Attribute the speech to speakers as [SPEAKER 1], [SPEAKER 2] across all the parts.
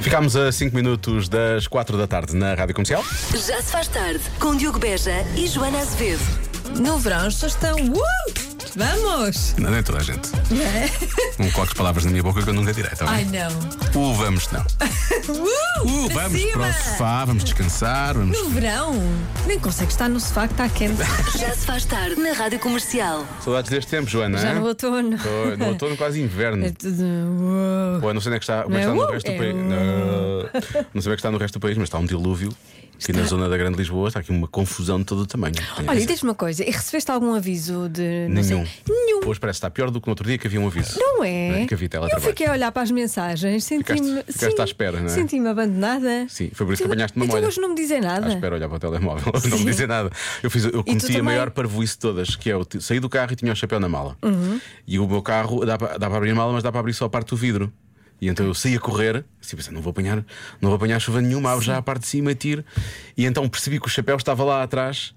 [SPEAKER 1] Ficámos a 5 minutos das 4 da tarde na Rádio Comercial.
[SPEAKER 2] Já se faz tarde com Diogo Beja e Joana Azevedo.
[SPEAKER 3] No verão as pessoas estão. Uh! Vamos!
[SPEAKER 1] Não é toda a gente. Não coloques palavras na minha boca que eu nunca direi, tá
[SPEAKER 3] Ai
[SPEAKER 1] bem?
[SPEAKER 3] não!
[SPEAKER 1] Uh, vamos, não.
[SPEAKER 3] Uh!
[SPEAKER 1] Uh,
[SPEAKER 3] para
[SPEAKER 1] vamos
[SPEAKER 3] cima!
[SPEAKER 1] para o sofá, vamos descansar, vamos.
[SPEAKER 3] No verão! Nem consegue estar no sofá que está quente.
[SPEAKER 2] Já se faz tarde na Rádio Comercial.
[SPEAKER 1] Saudades deste tempo, Joana.
[SPEAKER 3] Já
[SPEAKER 1] hein?
[SPEAKER 3] no outono.
[SPEAKER 1] É? Tô- No outono, quase inverno.
[SPEAKER 3] É tudo. uou.
[SPEAKER 1] Pô, não sei onde é que está, como é que
[SPEAKER 3] Não
[SPEAKER 1] está
[SPEAKER 3] é
[SPEAKER 1] no
[SPEAKER 3] uh,
[SPEAKER 1] resto
[SPEAKER 3] é
[SPEAKER 1] do país.
[SPEAKER 3] uh.
[SPEAKER 1] Não, não sei bem que está no resto do país, mas está um dilúvio. Aqui na zona da Grande Lisboa está aqui uma confusão de todo o tamanho.
[SPEAKER 3] Olha, e diz-me uma coisa: e recebeste algum aviso de. Não
[SPEAKER 1] Nenhum.
[SPEAKER 3] Sei, nenhum!
[SPEAKER 1] Hoje parece que está pior do que no outro dia que havia um aviso.
[SPEAKER 3] Não é?
[SPEAKER 1] Que havia
[SPEAKER 3] eu
[SPEAKER 1] teletrabalho.
[SPEAKER 3] fiquei a olhar para as mensagens, senti-me.
[SPEAKER 1] Ficaste- ficaste à espera, não é?
[SPEAKER 3] Senti-me abandonada.
[SPEAKER 1] Sim, foi por isso que
[SPEAKER 3] Então-
[SPEAKER 1] apanhaste-me uma
[SPEAKER 3] então
[SPEAKER 1] molha.
[SPEAKER 3] hoje não me dizem
[SPEAKER 1] Ah,
[SPEAKER 3] nada.
[SPEAKER 1] espera, olhar para o telemóvel, não me dizer nada. Eu, fiz, eu cometi a
[SPEAKER 3] também?
[SPEAKER 1] maior parvoíce de todas, que é eu saí do carro e tinha o chapéu na mala.
[SPEAKER 3] Uhum.
[SPEAKER 1] E o meu carro dá para, dá para abrir a mala, mas dá para abrir só a parte do vidro. E então eu saí a correr, assim pensando, não vou apanhar, não vou apanhar chuva nenhuma, abro já a parte de cima e tiro. E então percebi que o chapéu estava lá atrás.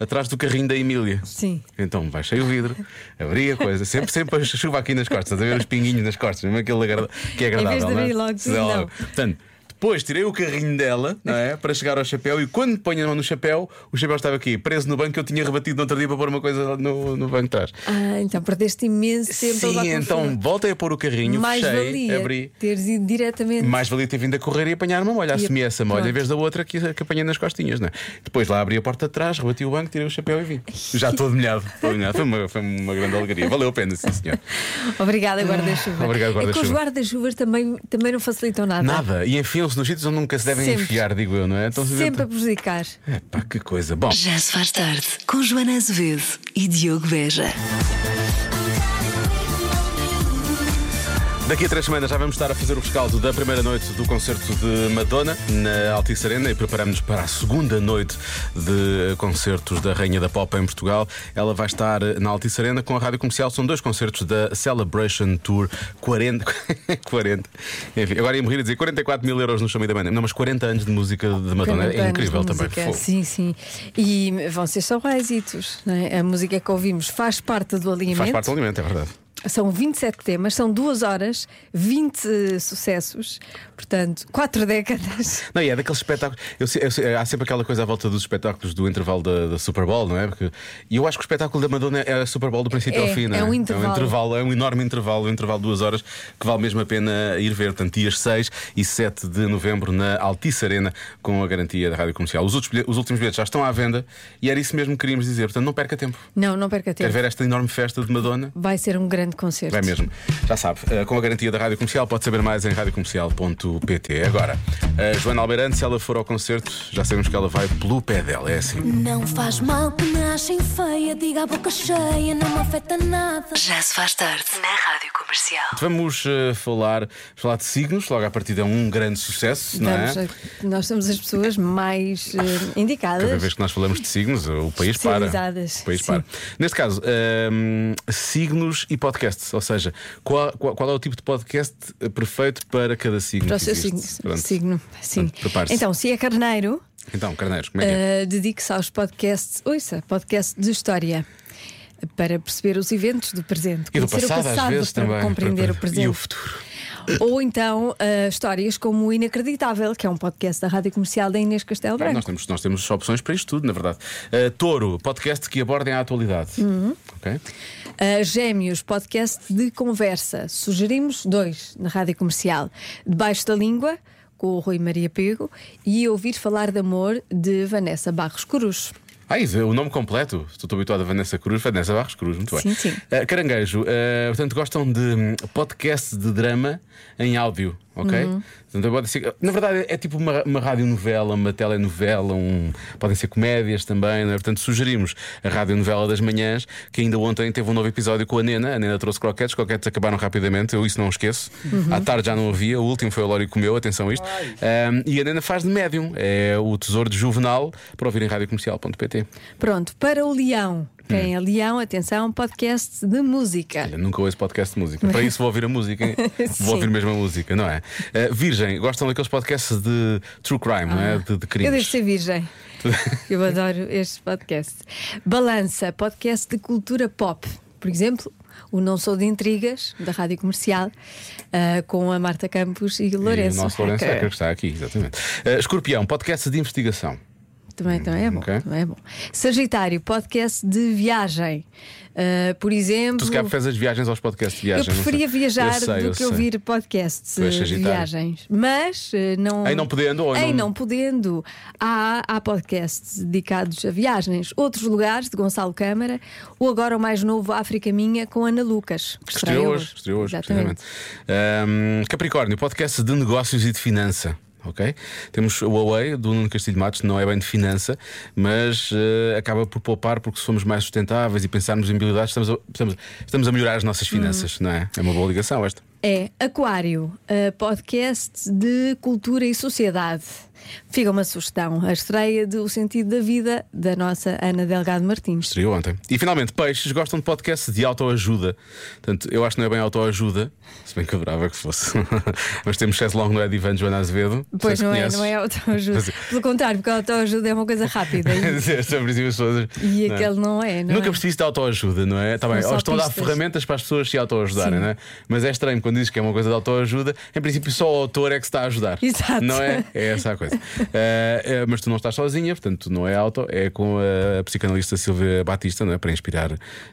[SPEAKER 1] Atrás do carrinho da Emília.
[SPEAKER 3] Sim.
[SPEAKER 1] Então baixei o vidro, abri a coisa, sempre, sempre a chuva aqui nas costas, a ver os pinguinhos nas costas, mesmo aquele agrada- que é
[SPEAKER 3] vez de
[SPEAKER 1] agradável. não é?
[SPEAKER 3] abrir logo,
[SPEAKER 1] Se dá
[SPEAKER 3] não.
[SPEAKER 1] Portanto, depois tirei o carrinho dela não é? para chegar ao chapéu e quando ponho a mão no chapéu, o chapéu estava aqui, preso no banco que eu tinha rebatido no outro dia para pôr uma coisa no, no banco de trás.
[SPEAKER 3] Ah, então perdeste imenso tempo a levar
[SPEAKER 1] Sim,
[SPEAKER 3] com
[SPEAKER 1] então
[SPEAKER 3] fome.
[SPEAKER 1] voltei a pôr o carrinho,
[SPEAKER 3] Mais
[SPEAKER 1] fechei,
[SPEAKER 3] valia
[SPEAKER 1] abri.
[SPEAKER 3] teres ido diretamente.
[SPEAKER 1] Mais valia ter vindo a correr e apanhar uma molha,
[SPEAKER 3] E-
[SPEAKER 1] assumi essa molha em
[SPEAKER 3] pronto.
[SPEAKER 1] vez da outra que, que apanhei nas costinhas, não é? Depois lá abri a porta de trás, rebati o banco, tirei o chapéu e vim. Já todo molhado, todo molhado. Foi, uma, foi uma grande alegria, valeu a pena, sim senhor.
[SPEAKER 3] Obrigada, guarda-chuva.
[SPEAKER 1] Ah, Obrigado,
[SPEAKER 3] É que os
[SPEAKER 1] guarda-chuva.
[SPEAKER 3] guarda-chuvas também, também não facilitam nada.
[SPEAKER 1] Nada, e enfiam-se nos sítios onde nunca se devem
[SPEAKER 3] Sempre.
[SPEAKER 1] enfiar, digo eu, não é? Então, se-
[SPEAKER 3] Sempre a prejudicar.
[SPEAKER 1] Epá, que coisa. Bom.
[SPEAKER 2] Já se faz tarde com Joana Azevedo e Diogo Beja.
[SPEAKER 1] Daqui a três semanas já vamos estar a fazer o rescaldo da primeira noite do concerto de Madonna na Altice Arena e preparamos-nos para a segunda noite de concertos da Rainha da Pop em Portugal. Ela vai estar na Altice Arena com a Rádio Comercial. São dois concertos da Celebration Tour 40. 40. Enfim, agora ia morrer a dizer 44 mil euros no Chamei da Banda. Não, mas 40 anos de música de Madonna.
[SPEAKER 3] Quando
[SPEAKER 1] é
[SPEAKER 3] anos
[SPEAKER 1] incrível
[SPEAKER 3] de
[SPEAKER 1] também.
[SPEAKER 3] música.
[SPEAKER 1] Fogo.
[SPEAKER 3] Sim, sim. E vão ser só êxitos. não é? A música que ouvimos faz parte do alinhamento.
[SPEAKER 1] Faz parte do alimento, é verdade.
[SPEAKER 3] São 27 temas, são duas horas, 20 eh, sucessos, portanto, quatro décadas.
[SPEAKER 1] Não, e é daqueles espetáculos. Eu, sei- eu sei- há sempre aquela coisa à volta dos espetáculos do intervalo da, da Super Bowl, não é? Porque- e eu acho que o espetáculo da Madonna era Super Bowl do princípio
[SPEAKER 3] É,
[SPEAKER 1] ao fim, não
[SPEAKER 3] é
[SPEAKER 1] é?
[SPEAKER 3] um intervalo.
[SPEAKER 1] É um intervalo, é um enorme intervalo, um intervalo de duas horas que vale mesmo a pena ir ver. Portanto, dias 6 e 7 de novembro na Altice Arena com a garantia da Rádio Comercial. Os, outros bilhe- os últimos bilhetes já estão à venda e era isso mesmo que queríamos dizer. Portanto, não perca tempo.
[SPEAKER 3] Não, não perca
[SPEAKER 1] Quer
[SPEAKER 3] tempo.
[SPEAKER 1] ver esta enorme festa de Madonna?
[SPEAKER 3] Vai ser um grande concerto.
[SPEAKER 1] Vai É mesmo. Já sabe, eh, com a garantia da Rádio Comercial, pode saber mais em radiocomercial.pt. Agora, a Joana Almeirante, se ela for ao concerto, já sabemos que ela vai pelo pé dela, é assim.
[SPEAKER 4] Não faz mal que me achem feia, diga a boca cheia, não me afeta nada.
[SPEAKER 2] Já se faz tarde na Rádio Comercial.
[SPEAKER 1] Vamos eh, falar, falar de signos, logo à partida é um grande sucesso, não
[SPEAKER 3] Vamos
[SPEAKER 1] é?
[SPEAKER 3] a- Nós somos as pessoas mais eh,
[SPEAKER 1] Cada
[SPEAKER 3] indicadas.
[SPEAKER 1] vez que nós falamos de signos, o país para.
[SPEAKER 3] Especializadas,
[SPEAKER 1] O país
[SPEAKER 3] sim.
[SPEAKER 1] para. Neste caso, ehm, signos e podcasts, ou seja, qual, qual- qual é o tipo de podcast eh, perfeito para cada signo?
[SPEAKER 3] Para o
[SPEAKER 1] que
[SPEAKER 3] seu
[SPEAKER 1] existe?
[SPEAKER 3] signo.
[SPEAKER 1] Pronto.
[SPEAKER 3] signo, sim.
[SPEAKER 1] Pronto, prepare-se.
[SPEAKER 3] Então, se é carneiro,
[SPEAKER 1] Então, carneiros, como é que é?
[SPEAKER 3] Uh, Dedique-se aos podcasts, ouça, podcasts de história. Para perceber os eventos do presente,
[SPEAKER 1] E do
[SPEAKER 3] conhecer
[SPEAKER 1] passado,
[SPEAKER 3] o
[SPEAKER 1] às
[SPEAKER 3] passado
[SPEAKER 1] vezes,
[SPEAKER 3] para
[SPEAKER 1] também,
[SPEAKER 3] compreender
[SPEAKER 1] para-
[SPEAKER 3] o presente
[SPEAKER 1] e o futuro.
[SPEAKER 3] Ou então uh, histórias como o Inacreditável, que é um podcast da Rádio Comercial da Inês Castelo
[SPEAKER 1] É, Nós
[SPEAKER 3] Branco.
[SPEAKER 1] temos, nós temos opções para isto tudo, na verdade. Uh, Touro, podcast que abordem a atualidade.
[SPEAKER 3] Uhum.
[SPEAKER 1] Ok?
[SPEAKER 3] Uh, Gêmeos, podcast de conversa. Sugerimos dois na Rádio Comercial: Debaixo da Língua, com o Rui Maria Pego, e Ouvir Falar de Amor, de Vanessa Barros Cruz.
[SPEAKER 1] Ah, isso, o nome completo. Estou habituado a Vanessa Cruz, Vanessa Barros Cruz, muito bem.
[SPEAKER 3] Sim, sim.
[SPEAKER 1] Uh, caranguejo, uh, portanto, gostam de hum, podcast de drama em áudio, ok? Portanto, pode ser- na verdade, é tipo uma, uma radionovela, uma telenovela, um, podem ser comédias também, não é? Portanto, sugerimos a radionovela das manhãs, que ainda ontem teve um novo episódio com a Nena. A Nena trouxe croquetes, croquetes acabaram rapidamente, eu isso não esqueço. À tarde já não havia, o último foi o Lório que comeu, atenção a isto. Um, e a Nena faz de médium, é o tesouro de Juvenal, para ouvir em radiocomercial.pt.
[SPEAKER 3] Pronto, para o Leão. Quem
[SPEAKER 1] Hum.
[SPEAKER 3] é Leão, atenção, podcast de música.
[SPEAKER 1] Olha, nunca ouço podcast de música. Para isso vou ouvir a música. hein?
[SPEAKER 3] Sim.
[SPEAKER 1] vou ouvir mesmo a música, não é? Uh, virgem, gostam daqueles podcasts de true crime, não é? De, de
[SPEAKER 3] Ah, Eu devo
[SPEAKER 1] crimes.
[SPEAKER 3] ser virgem. Eu adoro este podcast. Balança, podcast de cultura pop. Por exemplo, o Não Sou de Intrigas, da Rádio Comercial, ah, com a Marta Campos e Lourenço.
[SPEAKER 1] E o nosso Lourenço
[SPEAKER 3] Hacker.
[SPEAKER 1] Hacker que está aqui, exatamente. Eh, Escorpião, podcast de investigação.
[SPEAKER 3] Também, também é bom,
[SPEAKER 1] ok.
[SPEAKER 3] também é bom. Sagitário, podcast de viagem. Ah, por exemplo.
[SPEAKER 1] Tu se calhar fez as viagens aos podcasts de
[SPEAKER 3] Eu
[SPEAKER 1] viagem. não sei.
[SPEAKER 3] preferia viajar
[SPEAKER 1] Eu sei,
[SPEAKER 3] do
[SPEAKER 1] eu
[SPEAKER 3] que
[SPEAKER 1] sei.
[SPEAKER 3] ouvir podcasts
[SPEAKER 1] Tu és
[SPEAKER 3] eh, de
[SPEAKER 1] sagitário.
[SPEAKER 3] viagens. Mas eh, não.
[SPEAKER 1] Em não podendo ou em
[SPEAKER 3] Em
[SPEAKER 1] não-
[SPEAKER 3] não podendo. Há, há podcasts dedicados a viagens. Outros lugares, de Gonçalo Câmara, ou agora o mais novo África Minha, com Ana Lucas. Que
[SPEAKER 1] Que Estreou hoje, estreou hoje, precisamente. Ahm, Capricórnio, podcast de negócios e de finança. ok? Temos o Huawei do Nuno Castilho Matos, não é bem de finança, mas eh, acaba por poupar porque somos mais sustentáveis e pensarmos em biodiversidade, estamos a, estamos, estamos a melhorar as nossas finanças, não é? É uma boa ligação esta.
[SPEAKER 3] É Aquário, eh, podcast de cultura e sociedade. Fica uma sugestão. A estreia de O Sentido da Vida, da nossa Ana Delgado Martins.
[SPEAKER 1] Estreou ontem. E finalmente, peixes gostam de podcast de autoajuda. Portanto, eu acho que não é bem autoajuda, se bem que adorava que fosse. mas temos Chess Long, não é? De Ivan Joana Azevedo. Não sei
[SPEAKER 3] Pois
[SPEAKER 1] se
[SPEAKER 3] não é,
[SPEAKER 1] conheces. eh,
[SPEAKER 3] não é autoajuda. Pelo contrário, porque a autoajuda é uma coisa rápida. e-
[SPEAKER 1] Esta princípio, as pessoas-
[SPEAKER 3] E
[SPEAKER 1] não é?
[SPEAKER 3] aquele não é, não
[SPEAKER 1] Nunca
[SPEAKER 3] é?
[SPEAKER 1] preciso de autoajuda, não é? Tá bem,
[SPEAKER 3] São só
[SPEAKER 1] eles estão a dar
[SPEAKER 3] pistas.
[SPEAKER 1] ferramentas para as pessoas se autoajudarem,
[SPEAKER 3] Sim.
[SPEAKER 1] não é? Mas é estranho quando dizes que é uma coisa de autoajuda, em princípio só o autor é que se está a ajudar.
[SPEAKER 3] Exato.
[SPEAKER 1] Não é? É essa a coisa. Eh, eh, mas tu não estás sozinha, portanto não é auto, é com a psicanalista Silvia Batista, não é? Para inspirar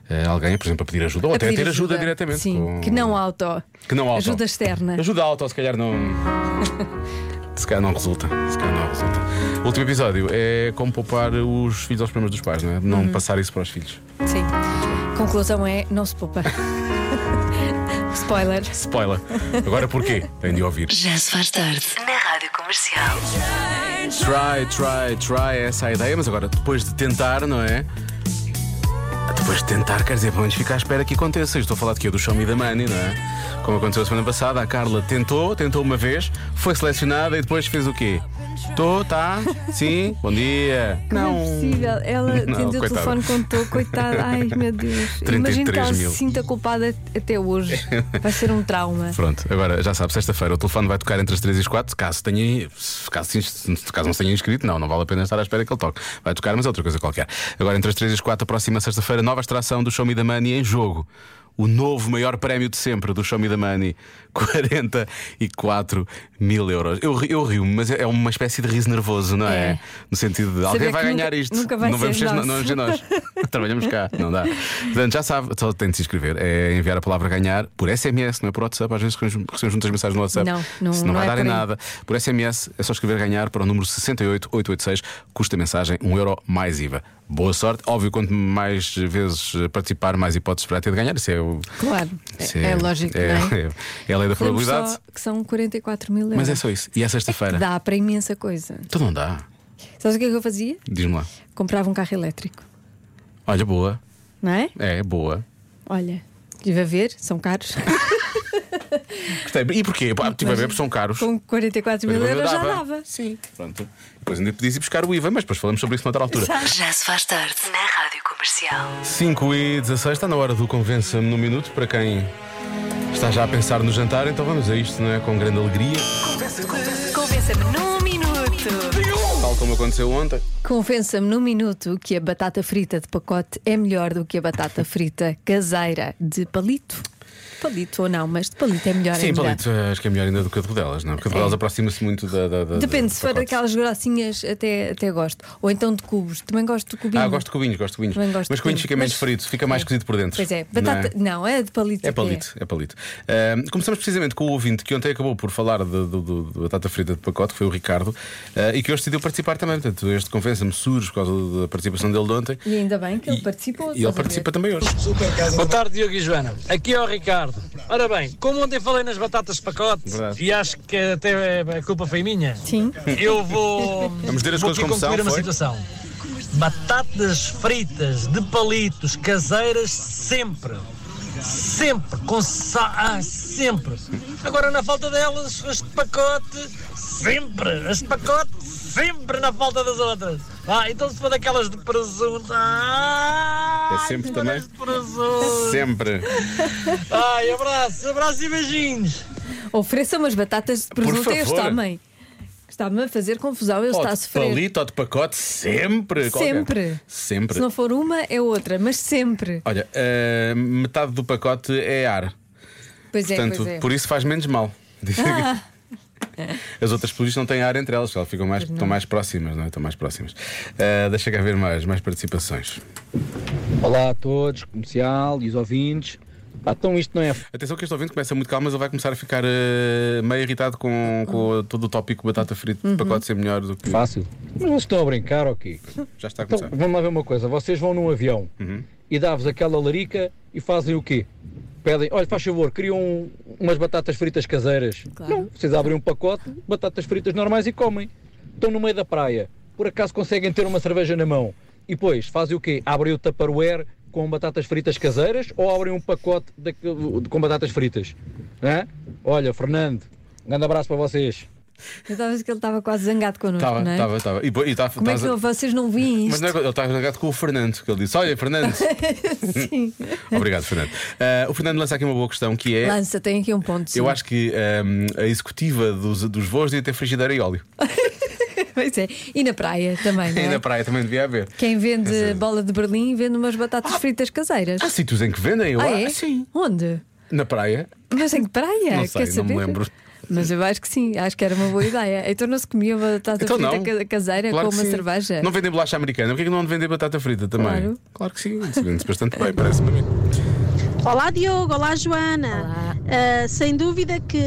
[SPEAKER 1] eh, alguém, por exemplo, a pedir ajuda ou
[SPEAKER 3] A
[SPEAKER 1] até a
[SPEAKER 3] pedir
[SPEAKER 1] ter ajuda, diretamente.
[SPEAKER 3] Sim,
[SPEAKER 1] com-
[SPEAKER 3] que não auto.
[SPEAKER 1] que não auto.
[SPEAKER 3] Ajuda externa.
[SPEAKER 1] Ajuda auto, se calhar não. se calhar não resulta. Se calhar não resulta. O último episódio é como poupar os filhos aos problemas dos pais, não é?
[SPEAKER 3] Uhum.
[SPEAKER 1] Não passar isso para os filhos.
[SPEAKER 3] Sim. Conclusão é: não se poupa. Spoiler.
[SPEAKER 1] Spoiler. Agora porquê? Tem de ouvir.
[SPEAKER 2] Já se faz tarde na Rádio Comercial.
[SPEAKER 1] Try, try, try, essa é a ideia, mas agora depois de tentar, não é? Depois de tentar, quer dizer, pelo menos ficar à espera que aconteça. Eu Estou a falar de quê? Do Show Me the Money, não é? Como aconteceu a semana passada, a Carla tentou, tentou uma vez, foi selecionada e depois fez o quê? Tô, tá? Sim? Bom dia.
[SPEAKER 3] Não é possível. Ela
[SPEAKER 1] Não,
[SPEAKER 3] atendeu o
[SPEAKER 1] coitada.
[SPEAKER 3] telefone, contou, coitada. Ai, meu Deus. Imagino que
[SPEAKER 1] 33
[SPEAKER 3] ela
[SPEAKER 1] mil.
[SPEAKER 3] se sinta culpada até hoje. Vai ser um trauma.
[SPEAKER 1] Pronto, agora já sabe, sexta-feira o telefone vai tocar entre as 3 e as 4. Caso, tenha, se- caso, se- se- caso não se tenha inscrito, não, não vale a pena estar à espera que ele toque. Vai tocar, mas é outra coisa qualquer. Agora, entre as 3 e as 4, a próxima sexta-feira, nova extração do Show Me the Money em jogo. O novo maior prémio de sempre do Show Me the Money: 44 mil euros. Eu, ri- eu rio-me, mas é uma espécie de riso nervoso, não é?
[SPEAKER 3] É.
[SPEAKER 1] No sentido de alguém
[SPEAKER 3] que
[SPEAKER 1] vai
[SPEAKER 3] nunca-
[SPEAKER 1] ganhar isto.
[SPEAKER 3] nunca vai
[SPEAKER 1] não, vamos
[SPEAKER 3] ser
[SPEAKER 1] ser,
[SPEAKER 3] nosso.
[SPEAKER 1] não vamos ser nós. Trabalhamos cá, não dá. Portanto, já sabe, só tem de se inscrever. É enviar a palavra ganhar por SMS, não é por WhatsApp. Às vezes recebemos recebemos muitas mensagens no WhatsApp.
[SPEAKER 3] Não, não-
[SPEAKER 1] Se não,
[SPEAKER 3] não
[SPEAKER 1] vai
[SPEAKER 3] é
[SPEAKER 1] dar em
[SPEAKER 3] por aí.
[SPEAKER 1] nada. Por SMS é só escrever ganhar para o número 68886. Custa a mensagem 1 euro mais IVA. Boa sorte. Óbvio, quanto mais vezes participar, mais hipóteses para ter de ganhar. Isso é, o-
[SPEAKER 3] Claro. É-
[SPEAKER 1] isso
[SPEAKER 3] É, lógico,
[SPEAKER 1] é,
[SPEAKER 3] não é?
[SPEAKER 1] é a lei da
[SPEAKER 3] Falamos
[SPEAKER 1] probabilidade.
[SPEAKER 3] só que são 44 mil euros.
[SPEAKER 1] Mas é só isso. E é
[SPEAKER 3] Que
[SPEAKER 1] sexta-feira.
[SPEAKER 3] Dá para imensa coisa.
[SPEAKER 1] Então não dá.
[SPEAKER 3] Sabes o que é que eu fazia?
[SPEAKER 1] Diz-me lá.
[SPEAKER 3] Comprava um carro elétrico,
[SPEAKER 1] Olha, boa.
[SPEAKER 3] não é?
[SPEAKER 1] É, boa.
[SPEAKER 3] Olha, estive a ver, são caros.
[SPEAKER 1] Gostei. E porquê? Pá, Estive a ver, porque são caros.
[SPEAKER 3] Com 44 mil
[SPEAKER 1] Mas
[SPEAKER 3] euros já dava.
[SPEAKER 1] Sim. Pronto. Depois ainda podias ir buscar o IVA, mas depois falamos sobre isso noutra altura.
[SPEAKER 2] Já se faz tarde na Rádio Comercial.
[SPEAKER 1] 5 e 16, está na hora do Convença-me no Minuto, para quem está já a pensar no jantar, então vamos a isto, não é? Com grande alegria,
[SPEAKER 2] Convença-me num minuto.
[SPEAKER 1] tal como aconteceu ontem.
[SPEAKER 3] Convença-me num minuto que a batata frita de pacote é melhor do que a batata frita caseira de palito. Palito ou não, mas de palito é melhor
[SPEAKER 1] Sim,
[SPEAKER 3] ainda. É.
[SPEAKER 1] Palito, acho que é melhor ainda do que a de rodelas, não? Porque a de rodelas aproxima-se muito da. da, da
[SPEAKER 3] Depende,
[SPEAKER 1] do
[SPEAKER 3] se for
[SPEAKER 1] eh, pacote.
[SPEAKER 3] daquelas grossinhas, até, até gosto. Ou então de cubos, também gosto de cubinho.
[SPEAKER 1] Ah, gosto de cubinhos, gosto de cubinhos.
[SPEAKER 3] Também gosto
[SPEAKER 1] mas
[SPEAKER 3] de
[SPEAKER 1] cubinhos
[SPEAKER 3] cubinhos.
[SPEAKER 1] fica menos
[SPEAKER 3] Mas-
[SPEAKER 1] frito, fica mais cozido por dentro.
[SPEAKER 3] Pois é,
[SPEAKER 1] não
[SPEAKER 3] batata. Não, é de palito.
[SPEAKER 1] É
[SPEAKER 3] que
[SPEAKER 1] palito, é palito. Ahm, começamos precisamente com o ouvinte que ontem acabou por falar de, do- do- do batata frita de pacote, que foi o Ricardo, ah, e que hoje decidiu participar também. Portanto, este convença-me surge por causa da participação dele de ontem.
[SPEAKER 3] E ainda bem que ele
[SPEAKER 1] E-
[SPEAKER 3] participou,
[SPEAKER 1] E
[SPEAKER 3] estás a
[SPEAKER 1] ele
[SPEAKER 3] ver?
[SPEAKER 1] participa também hoje.
[SPEAKER 5] Boa tarde, Diogo e Joana. Aqui é o Ricardo. Ora bem, como ontem falei nas batatas de pacote,
[SPEAKER 1] Verdade.
[SPEAKER 5] e acho que até a culpa foi minha,
[SPEAKER 3] Sim.
[SPEAKER 5] eu vou,
[SPEAKER 1] Vamos dizer as
[SPEAKER 5] vou
[SPEAKER 1] coisas como
[SPEAKER 5] aqui concluir
[SPEAKER 1] são,
[SPEAKER 5] uma
[SPEAKER 1] foi?
[SPEAKER 5] situação. Batatas fritas de palitos caseiras sempre. Sempre, com sal. Ah, sempre. Agora, na falta delas, as de pacote, sempre. As de pacote, sempre na falta das outras. Ah, então se for daquelas de presunto. Ah,
[SPEAKER 1] É sempre
[SPEAKER 5] se for
[SPEAKER 1] também?
[SPEAKER 5] das de presunto.
[SPEAKER 1] Sempre.
[SPEAKER 5] Ai, abraço, abraço e beijinhos.
[SPEAKER 3] Ofereça umas batatas de presunto a este
[SPEAKER 1] favor.
[SPEAKER 3] homem. Está-me a fazer confusão, ele
[SPEAKER 1] Ou
[SPEAKER 3] está a
[SPEAKER 1] de
[SPEAKER 3] sofrer.
[SPEAKER 1] palito ou de pacote, sempre. qualquer-
[SPEAKER 3] Sempre.
[SPEAKER 1] Sempre.
[SPEAKER 3] Se não for uma, é outra, mas sempre.
[SPEAKER 1] Olha, eh, metade do pacote é ar.
[SPEAKER 3] Pois é,
[SPEAKER 1] Portanto,
[SPEAKER 3] pois é. Ah.
[SPEAKER 1] por isso faz menos mal. As outras pelos não têm ar entre elas, elas ficam mais, estão mais próximas, não é? Estão mais próximas. Eh, deixa cá ver mais, mais participações.
[SPEAKER 6] Olá a todos, comercial e os ouvintes. Pá, então isto não é
[SPEAKER 1] Atenção que este ouvinte começa muito calmo, mas ele vai começar a ficar eh, meio irritado com, com todo o tópico batata frita
[SPEAKER 3] Uhum.
[SPEAKER 1] de pacote ser melhor do que.
[SPEAKER 6] fácil. Mas vocês estão a brincar ou quê?
[SPEAKER 1] Já está a
[SPEAKER 6] Então
[SPEAKER 1] começar.
[SPEAKER 6] vamos lá ver uma coisa. Vocês vão num avião e dá-vos aquela larica e fazem o quê? Pedem, olha, faz favor, criam um- umas batatas fritas caseiras.
[SPEAKER 3] Claro.
[SPEAKER 6] Não, vocês abrem um pacote, batatas fritas normais e comem. Estão no meio da praia, por acaso conseguem ter uma cerveja na mão. E depois fazem o quê? Abrem o Tupperware com batatas fritas caseiras ou abrem um pacote daquele- com batatas fritas? Hã? Olha, Fernando, um grande abraço para vocês.
[SPEAKER 3] Eu estava a dizer que ele estava quase zangado connosco,
[SPEAKER 1] Estava,
[SPEAKER 3] não é?
[SPEAKER 1] estava, estava. E, bo- e tá-
[SPEAKER 3] Como é
[SPEAKER 1] tás
[SPEAKER 3] que
[SPEAKER 1] a-
[SPEAKER 3] não- vocês não veem
[SPEAKER 1] Mas
[SPEAKER 3] isto?
[SPEAKER 1] não é, ele está ligado com o Fernando, que ele disse: Olha, Fernando. é
[SPEAKER 3] Sim.
[SPEAKER 1] Obrigado, Fernando. Eh, o Fernando lança aqui uma boa questão que é.
[SPEAKER 3] Lança, tem aqui um ponto. sim.
[SPEAKER 1] Eu acho que ehm, a executiva dos, dos voos devia ter frigideira e óleo.
[SPEAKER 3] Pois é. E na praia também, não é?
[SPEAKER 1] E na é. praia também devia haver.
[SPEAKER 3] Quem vende bola de Berlim vende umas batatas fritas caseiras.
[SPEAKER 1] Há sítios em que vendem, Ah! eu
[SPEAKER 3] Ah,
[SPEAKER 1] acho.
[SPEAKER 3] é?
[SPEAKER 1] Sim.
[SPEAKER 3] Onde?
[SPEAKER 1] Na praia.
[SPEAKER 3] Mas em que praia?
[SPEAKER 1] Não sei,
[SPEAKER 3] Quer
[SPEAKER 1] não me
[SPEAKER 3] saber?
[SPEAKER 1] lembro.
[SPEAKER 3] Mas eu acho que sim, acho que era uma boa ideia. Então não se comia uma batata
[SPEAKER 1] Então
[SPEAKER 3] frita
[SPEAKER 1] não.
[SPEAKER 3] ca- caseira
[SPEAKER 1] Claro
[SPEAKER 3] com
[SPEAKER 1] que
[SPEAKER 3] uma
[SPEAKER 1] sim.
[SPEAKER 3] cerveja?
[SPEAKER 1] Não vendem bolacha americana. Porquê que não vendem batata frita também?
[SPEAKER 3] Claro.
[SPEAKER 1] que sim. Se vende bastante bem, parece-me a mim.
[SPEAKER 7] Olá Diogo, olá Joana.
[SPEAKER 3] Olá.
[SPEAKER 7] Ah, sem dúvida que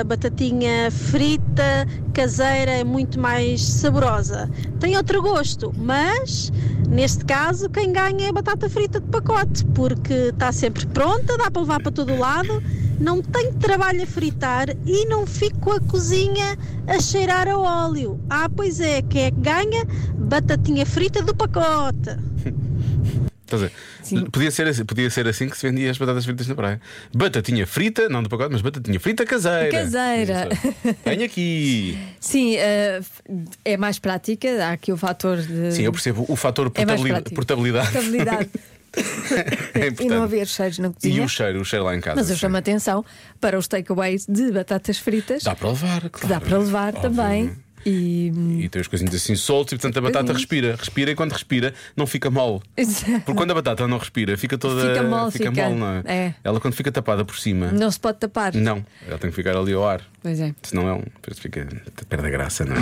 [SPEAKER 7] a batatinha frita caseira é muito mais saborosa. Tem outro gosto, mas neste caso quem ganha é a batata frita de pacote, porque está sempre pronta, dá para levar para todo o lado, não tem trabalho a fritar e não fico com a cozinha a cheirar a óleo. Ah, pois é, quem é que ganha? Batatinha frita do pacote.
[SPEAKER 1] Estás a ver? Podia ser, assim, podia ser assim que se vendia as batatas fritas na praia. Batatinha frita, não do pacote, mas batatinha frita caseira.
[SPEAKER 3] Caseira.
[SPEAKER 1] Isso. Venha aqui.
[SPEAKER 3] Sim, eh, f- é mais prática, há aqui o fator de
[SPEAKER 1] Sim, eu percebo o fator
[SPEAKER 3] É mais
[SPEAKER 1] portabili-
[SPEAKER 3] prático.
[SPEAKER 1] portabilidade.
[SPEAKER 3] estabilidade
[SPEAKER 1] é
[SPEAKER 3] e não
[SPEAKER 1] importante.
[SPEAKER 3] haver cheiros na
[SPEAKER 1] E
[SPEAKER 3] cozinha.
[SPEAKER 1] o cheiro, o cheiro lá em casa.
[SPEAKER 3] Mas eu
[SPEAKER 1] sim.
[SPEAKER 3] chamo a atenção para os takeaways de batatas fritas,
[SPEAKER 1] Dá para levar, claro.
[SPEAKER 3] que dá para levar
[SPEAKER 1] Óbvio.
[SPEAKER 3] também. E hum,
[SPEAKER 1] E tem os coisinhos assim soltos e, portanto, a batata
[SPEAKER 3] Coisinhas.
[SPEAKER 1] respira. Respira e quando respira, não fica mole. Porque quando a batata não respira, fica toda.
[SPEAKER 3] Fica mole, fica.
[SPEAKER 1] mole, não é?
[SPEAKER 3] É.
[SPEAKER 1] Ela quando fica tapada por cima.
[SPEAKER 3] não se pode tapar.
[SPEAKER 1] Não, ela tem que ficar ali ao ar.
[SPEAKER 3] Pois é.
[SPEAKER 1] Senão é um. depois Fica, perde a graça, não é?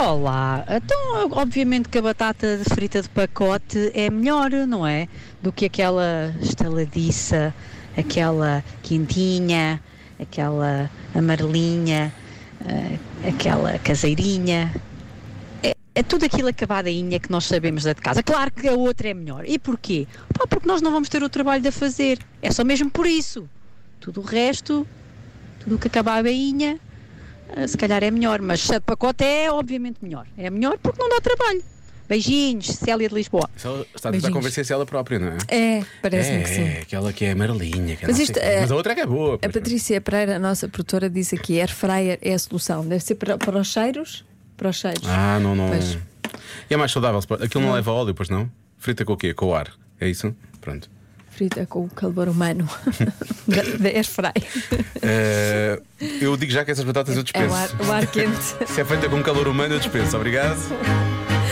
[SPEAKER 8] Olá, então obviamente que a batata frita de pacote é melhor, não é? Do que aquela estaladiça, aquela quentinha, aquela amarelinha, eh, aquela caseirinha. É, é tudo aquilo acabadainha que nós sabemos da de casa. Claro que a outra é melhor. E porquê? Pá, porque nós não vamos ter o trabalho de a fazer. É só mesmo por isso. Tudo o resto, tudo o que acabar a bainha, ah, se calhar é melhor, mas se a pacote é obviamente melhor. É melhor porque não dá trabalho. Beijinhos, Célia de Lisboa.
[SPEAKER 1] Só está a tentar
[SPEAKER 3] Beijinhos.
[SPEAKER 1] convencer-se ela própria, não é?
[SPEAKER 3] É, parece-me
[SPEAKER 1] é,
[SPEAKER 3] que sim.
[SPEAKER 1] é, aquela que é amarelinha. Que é
[SPEAKER 3] Mas
[SPEAKER 1] não
[SPEAKER 3] isto
[SPEAKER 1] sei o quê.
[SPEAKER 3] é-
[SPEAKER 1] Mas a outra é que é boa.
[SPEAKER 3] A
[SPEAKER 1] pois não.
[SPEAKER 3] Patrícia Pereira, a nossa produtora, disse aqui: air fryer é a solução. Deve ser para, para os cheiros? Para os cheiros.
[SPEAKER 1] Ah, não, não.
[SPEAKER 3] Pois.
[SPEAKER 1] E é mais saudável. se pode- Aquilo não leva óleo, pois não? Frita com o quê? Com o ar. É isso? Pronto.
[SPEAKER 3] Frita com o calor humano. da da air fryer.
[SPEAKER 1] Eh, eu digo já que essas batatas eu
[SPEAKER 3] É
[SPEAKER 1] dispenso.
[SPEAKER 3] o ar, o ar quente.
[SPEAKER 1] Se é feita com calor humano, eu dispenso. Obrigado.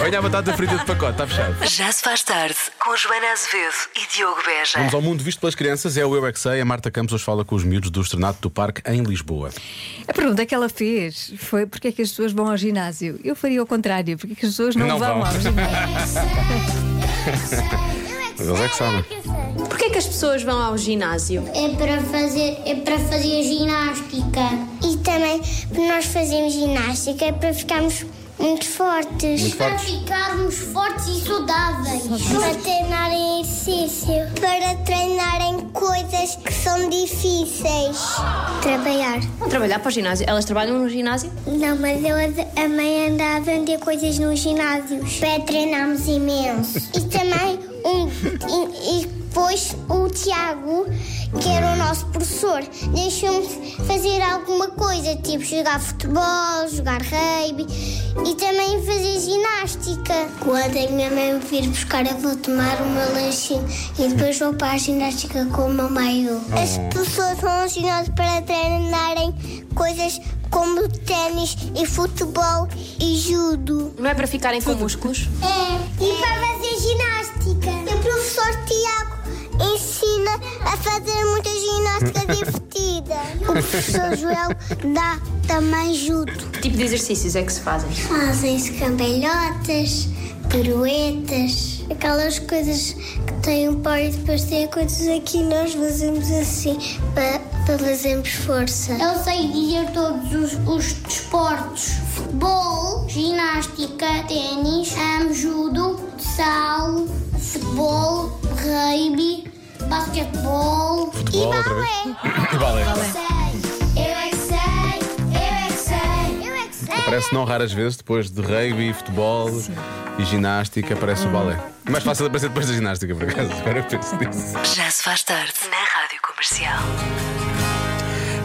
[SPEAKER 1] Venha a batata frita de pacote, está fechado.
[SPEAKER 2] Já se faz tarde com Joana Azevedo e Diogo Beja.
[SPEAKER 1] Vamos ao mundo visto pelas crianças. É o Eu é Que Sei. A Marta Campos hoje fala com os miúdos do Estrenato do Parque em Lisboa.
[SPEAKER 3] A pergunta que ela fez foi: porque é que as pessoas vão ao ginásio? Eu faria o contrário: porque é que as pessoas não,
[SPEAKER 1] Não
[SPEAKER 3] vão,
[SPEAKER 1] vão.
[SPEAKER 3] ao ginásio?
[SPEAKER 1] Eles é que sabem.
[SPEAKER 9] Porquê é que as pessoas vão ao ginásio?
[SPEAKER 10] É para fazer, é para fazer ginástica. E também nós fazemos ginástica é para ficarmos muito fortes.
[SPEAKER 1] Muito
[SPEAKER 10] para
[SPEAKER 1] fortes.
[SPEAKER 10] ficarmos fortes e saudáveis. Para treinarem exercício. Para treinarem coisas que são difíceis. Trabalhar.
[SPEAKER 9] Vão trabalhar para o ginásio. Elas trabalham no ginásio?
[SPEAKER 10] Não, mas eu a mãe anda a vender coisas nos ginásios. Para treinarmos imenso. e também um, e, e depois o Tiago, que era o nosso professor, deixou-me fazer alguma coisa, tipo jogar futebol, jogar rugby e também fazer ginástica. Quando a minha mãe me vir buscar, eu vou tomar o meu lanchinho e depois vou para a ginástica com o meu maiô. As pessoas vão ao ginásio para treinarem coisas como ténis e futebol e judo.
[SPEAKER 9] Não é para ficarem com músculos?
[SPEAKER 10] É, e para fazer ginástica. E o professor Tiago ensina a fazer muita ginástica divertida. O professor Joel dá também judo.
[SPEAKER 9] Que tipo de exercícios é que se fazem?
[SPEAKER 10] Fazem-se cambalhotas, piruetas, aquelas coisas que têm um par e depois têm coisas aqui nós fazemos assim para, para fazermos força. Eu sei dizer todos os, os desportos: futebol, ginástica, ténis, hum, judo, sal, futebol, rugby, basquetebol
[SPEAKER 1] Futebol, outra vez. E balé.
[SPEAKER 10] Eu é que sei, eu é que sei, eu é que sei.
[SPEAKER 1] Parece não raras vezes, depois de rugby, futebol e ginástica, aparece o balé. Mais fácil de aparecer depois da ginástica, por acaso. Agora eu penso nisso.
[SPEAKER 2] Já se faz tarde na Rádio Comercial.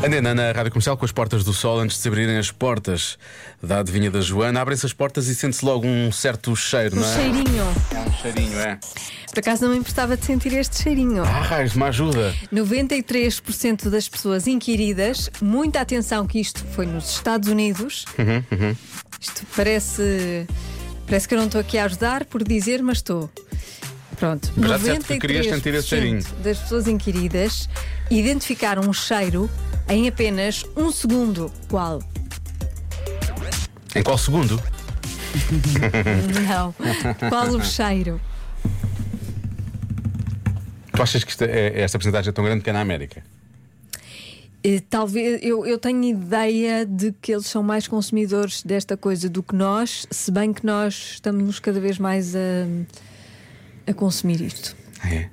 [SPEAKER 1] Andei na, na rádio comercial com as portas do sol antes de se abrirem as portas da adivinha da Joana. Abrem-se as portas e sente-se logo um certo cheiro,
[SPEAKER 3] Um
[SPEAKER 1] não é?
[SPEAKER 3] cheirinho.
[SPEAKER 1] É um cheirinho, é.
[SPEAKER 3] Por acaso não me importava de sentir este cheirinho.
[SPEAKER 1] Ah, raios, me ajuda.
[SPEAKER 3] 93% das pessoas inquiridas, muita atenção que isto foi nos Estados Unidos.
[SPEAKER 1] Uhum,
[SPEAKER 3] Isto parece. Parece que eu não estou aqui a ajudar por dizer, mas estou. Pronto.
[SPEAKER 1] Mas já disseste que querias sentir esse cheirinho.
[SPEAKER 3] 93% Das pessoas inquiridas identificaram um cheiro em apenas um segundo. Qual?
[SPEAKER 1] Em qual segundo?
[SPEAKER 3] Não. Qual o cheiro?
[SPEAKER 1] Tu achas que isto é- esta porcentagem é tão grande que é na América?
[SPEAKER 3] Eh, Talvez eu, eu tenho ideia de que eles são mais consumidores desta coisa do que nós, se bem que nós estamos cada vez mais a, a consumir isto.
[SPEAKER 1] É.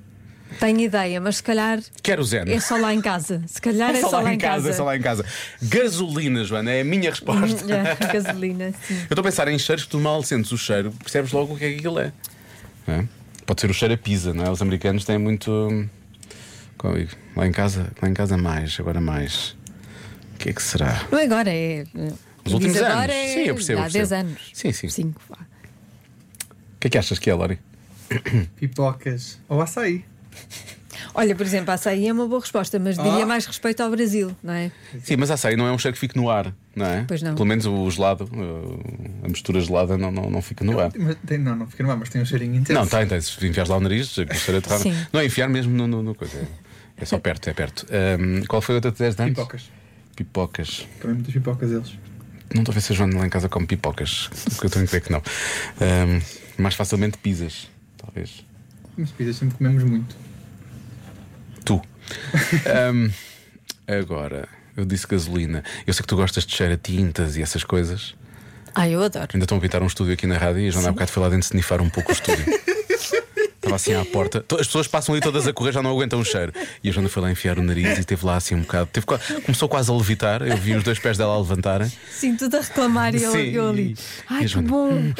[SPEAKER 3] Tenho ideia, mas se calhar
[SPEAKER 1] Quero zero.
[SPEAKER 3] é só lá em casa. Se calhar é, só, lá em casa.
[SPEAKER 1] é só lá em casa. Gasolina, Joana, é a minha resposta.
[SPEAKER 3] É, gasolina, sim.
[SPEAKER 1] Eu estou a pensar em cheiros que tu mal sentes o cheiro, percebes logo o que é que aquilo é. Não é? Pode ser o cheiro a pizza, não é? Os americanos têm muito. Qual é? Lá em casa, lá em casa mais, agora mais. O que é que será?
[SPEAKER 3] Não é agora, é.
[SPEAKER 1] Nos últimos
[SPEAKER 3] diz
[SPEAKER 1] anos.
[SPEAKER 3] agora é
[SPEAKER 1] Sim, eu percebo,
[SPEAKER 3] Há
[SPEAKER 1] eu
[SPEAKER 3] 10
[SPEAKER 1] percebo.
[SPEAKER 3] anos.
[SPEAKER 1] Sim, sim.
[SPEAKER 3] Cinco, vá.
[SPEAKER 1] O que é que achas que é, Lori?
[SPEAKER 11] Pipocas ou açaí.
[SPEAKER 3] Olha, por exemplo, a açaí é uma boa resposta, mas
[SPEAKER 1] Ah.
[SPEAKER 3] diria mais respeito ao Brasil, não é?
[SPEAKER 1] Sim, mas açaí não é um cheiro que fique no ar, não é?
[SPEAKER 3] Pois não.
[SPEAKER 1] Pelo menos o gelado, uh, a mistura gelada não, não, não fica no ar.
[SPEAKER 11] Mas tem- não, não fica no ar, mas tem um cheirinho intenso.
[SPEAKER 1] Não, tá tem, tem. Se enfiares lá o nariz, o cheiro é terrado.
[SPEAKER 3] Sim.
[SPEAKER 1] Não é enfiar mesmo no, no- no coisa. é- É só perto, é perto. Ahm, qual foi a outra de 10 de antes?
[SPEAKER 11] Pipocas.
[SPEAKER 1] Pipocas.
[SPEAKER 11] Comem muitas pipocas eles.
[SPEAKER 1] Não estou a ver se a Joana lá em casa come pipocas, porque eu tenho que ver que não. Ahm, mais facilmente pizzas, talvez.
[SPEAKER 11] Mas pizzas sempre comemos muito.
[SPEAKER 1] Tu. Ahm, agora, eu disse gasolina. Eu sei que tu gostas de cheiro a tintas e essas coisas.
[SPEAKER 3] Ah, eu adoro.
[SPEAKER 1] Ainda estão a pintar um estúdio aqui na rádio e a Joana há bocado foi lá dentro snifar um pouco o estúdio. Estava assim à porta. To- As pessoas passam ali todas a correr, já não aguentam o cheiro. E a Joana foi lá enfiar o nariz e esteve lá assim um bocado. Teve, qua- começou quase a levitar. Eu vi os dois pés dela a levantarem.
[SPEAKER 3] Sim, tudo a reclamar e eu,
[SPEAKER 1] Sim.
[SPEAKER 3] eu ali. Um, Ai,
[SPEAKER 1] E a
[SPEAKER 3] que
[SPEAKER 1] Joana?
[SPEAKER 3] bom!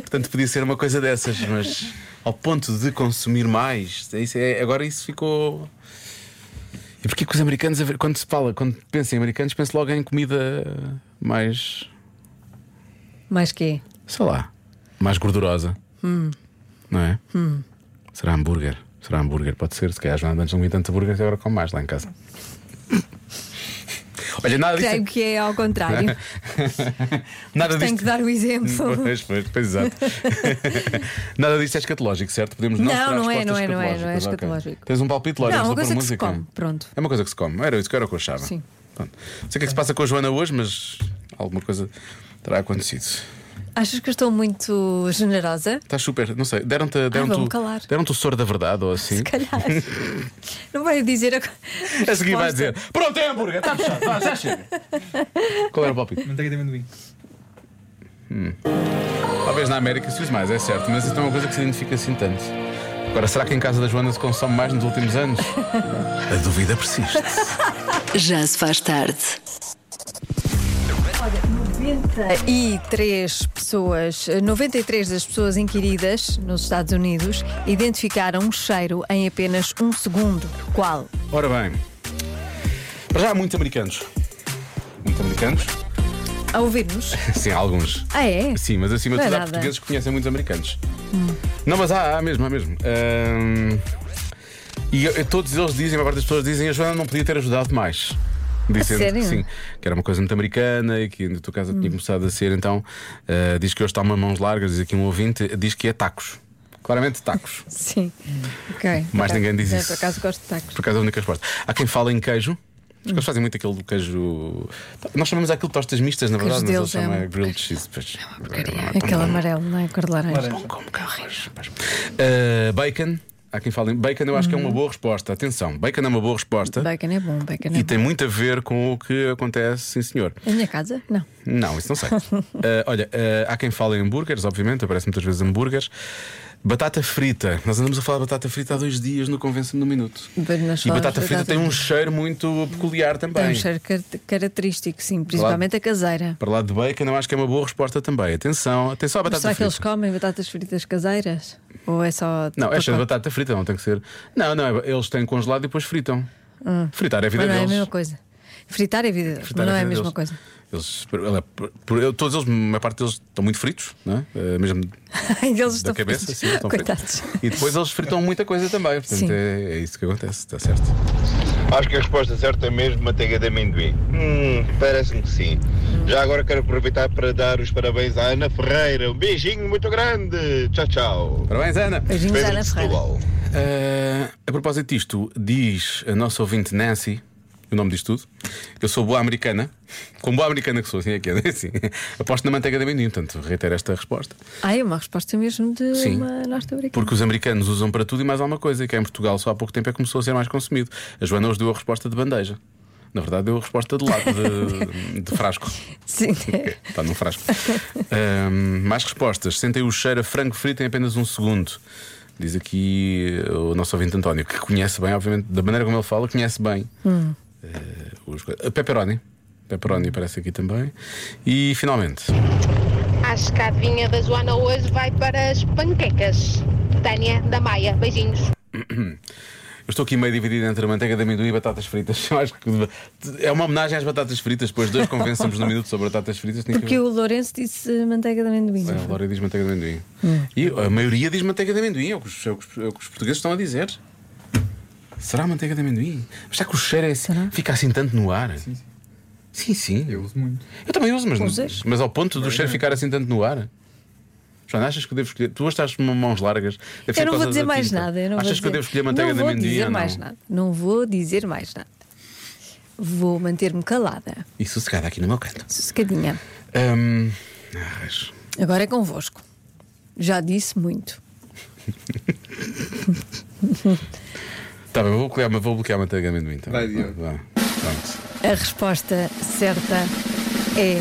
[SPEAKER 1] Portanto, podia ser uma coisa dessas, mas ao ponto de consumir mais, isso é- agora isso ficou. E porquê que os americanos, quando se fala, quando pensa em americanos, pensa logo em comida mais.
[SPEAKER 3] Mais quê?
[SPEAKER 1] sei lá, mais gordurosa.
[SPEAKER 3] Hum.
[SPEAKER 1] Não é? Será hambúrguer? Será hambúrguer? Pode ser, se calhar já antes não comi tanto hambúrguer, agora como mais lá em casa. Olha, nada disso.
[SPEAKER 3] Creio que é ao contrário.
[SPEAKER 1] Nada
[SPEAKER 3] Tenho
[SPEAKER 1] disto.
[SPEAKER 3] que dar o exemplo.
[SPEAKER 1] Pois, pois, pois, exato. Nada disto é escatológico, certo? Podemos não
[SPEAKER 3] Não,
[SPEAKER 1] esperar
[SPEAKER 3] não é,
[SPEAKER 1] respostas
[SPEAKER 3] não é, não é, não é
[SPEAKER 1] escatológicas, ok.
[SPEAKER 3] escatológico.
[SPEAKER 1] Tens um palpite lógico
[SPEAKER 3] Não, uma
[SPEAKER 1] sobre
[SPEAKER 3] coisa que se
[SPEAKER 1] música?
[SPEAKER 3] come, pronto.
[SPEAKER 1] É uma coisa que se come. Era isso que era o que eu achava.
[SPEAKER 3] Sim.
[SPEAKER 1] Pronto. Não sei o que é que se passa com a Joana hoje, mas alguma coisa terá acontecido.
[SPEAKER 3] Achas que eu estou muito generosa?
[SPEAKER 1] Estás Tá super, não sei, deram-te deram
[SPEAKER 3] vou-me calar.
[SPEAKER 1] deram o soro da verdade ou assim.
[SPEAKER 3] Se calhar. não vai dizer a co-
[SPEAKER 1] A seguir vai
[SPEAKER 3] resposta.
[SPEAKER 1] dizer: Pronto, é hambúrguer, está fechado, vá, já chega. Qual era o palpite?
[SPEAKER 11] Manteiga de amendoim.
[SPEAKER 1] Talvez na América se use mais, é certo, mas isso não é uma coisa que se identifica assim tanto. Agora, será que em casa da Joana se consome mais nos últimos anos? A dúvida persiste.
[SPEAKER 2] Já se faz tarde.
[SPEAKER 3] E três pessoas, 93 das pessoas inquiridas nos Estados Unidos identificaram um cheiro em apenas um segundo. Qual?
[SPEAKER 1] Ora bem, para já há muitos americanos. Muitos americanos?
[SPEAKER 3] A ouvir-nos?
[SPEAKER 1] Sim, há alguns.
[SPEAKER 3] Ah, é?
[SPEAKER 1] Sim, mas acima de
[SPEAKER 3] Não é
[SPEAKER 1] tudo há
[SPEAKER 3] nada. Hum.
[SPEAKER 1] portugueses que conhecem muitos americanos. Não, mas há, há mesmo, há mesmo. Ahm, E eu- todos eles dizem, a maior parte das pessoas dizem, a Joana não podia ter ajudado mais. Dizendo
[SPEAKER 3] sério?
[SPEAKER 1] que sim, que era uma coisa muito americana e que na tua casa tinha
[SPEAKER 3] Hum.
[SPEAKER 1] começado a ser, então eh, diz que hoje está uma mãos largas, diz aqui um ouvinte, diz que é tacos. Claramente tacos.
[SPEAKER 3] Sim. Ok.
[SPEAKER 1] Mais
[SPEAKER 3] Por
[SPEAKER 1] ninguém diz
[SPEAKER 3] acaso-
[SPEAKER 1] isso.
[SPEAKER 3] É, Por acaso gosto Hum. de tacos.
[SPEAKER 1] Por acaso é a única resposta. Há quem fala em queijo. Os eles fazem muito aquele do queijo. Nós chamamos aquilo de tostas mistas, na
[SPEAKER 3] Queijo
[SPEAKER 1] verdade, mas eles
[SPEAKER 3] deles é
[SPEAKER 1] chamam
[SPEAKER 3] uma-
[SPEAKER 1] é grilled cheese. Pois. É
[SPEAKER 3] Aquele amarelo, não é? Cor de laranja.
[SPEAKER 1] Laranja. Ah, bacon. Há quem fala em bacon, eu acho que é uma boa resposta. Atenção, bacon é uma boa resposta.
[SPEAKER 3] Uhum. Bacon é bom, bacon é
[SPEAKER 1] E
[SPEAKER 3] bom.
[SPEAKER 1] tem muito a ver com o que acontece, sim senhor.
[SPEAKER 3] A minha casa? Não.
[SPEAKER 1] Não, isso não sei. Ah, olha, ah, há quem fala em hambúrgueres, obviamente, aparece muitas vezes hambúrgueres. Batata frita. Nós andamos a falar de batata frita há dois dias no Convença-me no Minuto.
[SPEAKER 3] Mas nós
[SPEAKER 1] E
[SPEAKER 3] falamos
[SPEAKER 1] batata
[SPEAKER 3] de
[SPEAKER 1] frita tem um cheiro muito peculiar
[SPEAKER 3] Tem um
[SPEAKER 1] também.
[SPEAKER 3] cheiro car- característico, sim, principalmente a caseira.
[SPEAKER 1] Para lá de bacon, eu acho que é uma boa resposta também. Atenção, atenção à
[SPEAKER 3] Mas
[SPEAKER 1] batata
[SPEAKER 3] será que
[SPEAKER 1] frita.
[SPEAKER 3] eles comem batatas fritas caseiras? Ou é só.
[SPEAKER 1] Não, é cheio de
[SPEAKER 3] pacote?
[SPEAKER 1] batata frita, não tem que ser. Não, não, é- eles têm congelado e depois fritam.
[SPEAKER 3] Hum.
[SPEAKER 1] Fritar é a vida
[SPEAKER 3] Mas não é a
[SPEAKER 1] deles.
[SPEAKER 3] mesma coisa. Fritar é vida deles,
[SPEAKER 1] Fritar
[SPEAKER 3] mas não
[SPEAKER 1] é
[SPEAKER 3] é a
[SPEAKER 1] vida
[SPEAKER 3] mesma
[SPEAKER 1] deles.
[SPEAKER 3] coisa.
[SPEAKER 1] Eles- ela- é por- por- eu- todos eles, a maior parte deles estão muito fritos, não é? Eh, mesmo
[SPEAKER 3] eles
[SPEAKER 1] da
[SPEAKER 3] estão
[SPEAKER 1] cabeça,
[SPEAKER 3] fritos.
[SPEAKER 1] sim, estão
[SPEAKER 3] Coitados.
[SPEAKER 1] fritos. E depois eles fritam muita coisa também, portanto
[SPEAKER 3] Sim.
[SPEAKER 1] é, é isso que acontece, está certo.
[SPEAKER 12] Acho que a resposta certa é mesmo manteiga de amendoim. Hum, parece-me que sim. Já agora quero aproveitar para dar os parabéns à Ana Ferreira. Um beijinho muito grande. Tchau, tchau.
[SPEAKER 1] Parabéns, Ana.
[SPEAKER 3] É.
[SPEAKER 12] Beijinhos, Pedro Ana de Ferreira. Setúbal.
[SPEAKER 1] Eh, a propósito disto, diz a nossa ouvinte Nancy, o nome diz tudo, eu sou boa americana, como boa americana que sou, assim é que é, assim. aposto na manteiga de amendoim, portanto reitero esta resposta.
[SPEAKER 3] Ah, é uma resposta mesmo de
[SPEAKER 1] Sim.
[SPEAKER 3] uma norte-americana.
[SPEAKER 1] Porque os americanos usam para tudo e mais alguma coisa, e que em Portugal só há pouco tempo é que começou a ser mais consumido. A Joana hoje deu a resposta de bandeja. Na verdade, deu a resposta de lado, de, de frasco.
[SPEAKER 3] Sim.
[SPEAKER 1] Está num frasco. Ahm, mais respostas. Sentem o cheiro a frango frito em apenas um segundo. Diz aqui eh, o nosso ouvinte António, que conhece bem, obviamente, da maneira como ele fala, conhece bem
[SPEAKER 13] Hum.
[SPEAKER 1] os. co- eh, Pepperoni. Pepperoni aparece aqui também. E finalmente.
[SPEAKER 14] A escadinha da Joana hoje vai para as panquecas. Tânia da Maia, beijinhos.
[SPEAKER 1] Eu estou aqui meio dividido entre a manteiga de amendoim e batatas fritas. Eu acho que é uma homenagem às batatas fritas. Depois dois convencemos no minuto sobre batatas fritas. Tinha que
[SPEAKER 3] Porque o Lourenço disse eh, manteiga de amendoim.
[SPEAKER 1] haver- A Laura diz manteiga de amendoim.
[SPEAKER 3] Hum.
[SPEAKER 1] E a maioria diz manteiga de amendoim, é o que os, é o que os- é o que os portugueses estão a dizer. Será manteiga de amendoim? Mas será que o cheiro é assim- fica assim tanto no ar? Sim, sim. Eu uso muito. Eu também uso, mas,
[SPEAKER 11] Usas?
[SPEAKER 1] mas ao ponto do cheiro ficar assim tanto no ar. Joana, achas que eu devo escolher? Tu hoje estás com mãos largas. Deve ser
[SPEAKER 3] Eu
[SPEAKER 1] por
[SPEAKER 3] não vou
[SPEAKER 1] causa
[SPEAKER 3] dizer
[SPEAKER 1] da
[SPEAKER 3] mais
[SPEAKER 1] tinta.
[SPEAKER 3] nada. Eu não
[SPEAKER 1] achas que
[SPEAKER 3] vou
[SPEAKER 1] eu
[SPEAKER 3] dizer-
[SPEAKER 1] devo escolher manteiga
[SPEAKER 3] não
[SPEAKER 1] de amendoim?
[SPEAKER 3] Não vou dizer
[SPEAKER 1] ou não?
[SPEAKER 3] mais nada. Não vou dizer mais nada. Vou manter-me calada.
[SPEAKER 1] E sossegada aqui no meu canto.
[SPEAKER 3] Sossegadinha.
[SPEAKER 1] Hum, ah, raios.
[SPEAKER 3] Agora é convosco. Já disse muito.
[SPEAKER 1] tá bem, vou bloquear, mas vou bloquear a manteiga de amendoim. Tá bem.
[SPEAKER 11] Vai, Diogo.
[SPEAKER 1] Vá, Pronto.
[SPEAKER 3] A resposta certa é.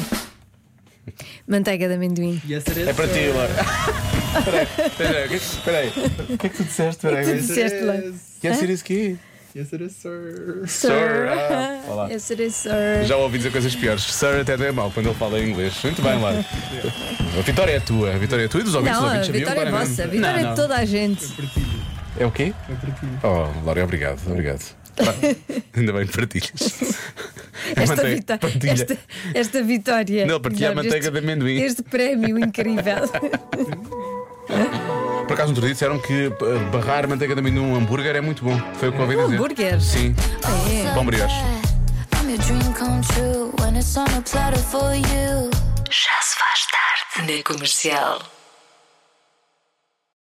[SPEAKER 3] Manteiga de amendoim.
[SPEAKER 1] É para ti, Laura. Espera aí, espera aí. O é que é que tu disseste? Espera aí.
[SPEAKER 3] O que tu disseste, Laura?
[SPEAKER 1] Yes,
[SPEAKER 3] Hã?
[SPEAKER 1] it is key.
[SPEAKER 11] Yes, it is, sir.
[SPEAKER 1] Sir, ah, olá.
[SPEAKER 3] Yes, it is, É, sir.
[SPEAKER 1] Já ouvi dizer coisas piores. Sir até não é mau quando ele fala em inglês. Muito bem, Laura. A vitória é tua. A vitória é tua e dos ouvintes.
[SPEAKER 3] Não,
[SPEAKER 1] Os
[SPEAKER 3] a
[SPEAKER 1] ouvintes sabiam
[SPEAKER 3] vitória é
[SPEAKER 1] claramente.
[SPEAKER 3] vossa. A vitória
[SPEAKER 1] Não,
[SPEAKER 3] é
[SPEAKER 1] não.
[SPEAKER 3] de toda a gente.
[SPEAKER 1] É o quê? Oh, Laura, obrigado. Obrigado. Pá, Ainda bem que partilhas. A
[SPEAKER 3] Esta,
[SPEAKER 1] manteiga-
[SPEAKER 3] vita-
[SPEAKER 1] partilha.
[SPEAKER 3] esta- esta vitória.
[SPEAKER 1] Não, partilha a
[SPEAKER 3] Enorme.
[SPEAKER 1] manteiga
[SPEAKER 3] Este-
[SPEAKER 1] de amendoim.
[SPEAKER 3] Este prémio incrível.
[SPEAKER 1] Por acaso, no outro dia disseram que eh, barrar manteiga de amendoim num hambúrguer é muito bom. Foi o que ouvi
[SPEAKER 9] Um
[SPEAKER 1] dizer.
[SPEAKER 9] hambúrguer?
[SPEAKER 1] Sim.
[SPEAKER 9] É.
[SPEAKER 1] Bom brioche.
[SPEAKER 9] I'm your dream come true when it's on a platter for you. Já se faz tarde na comercial.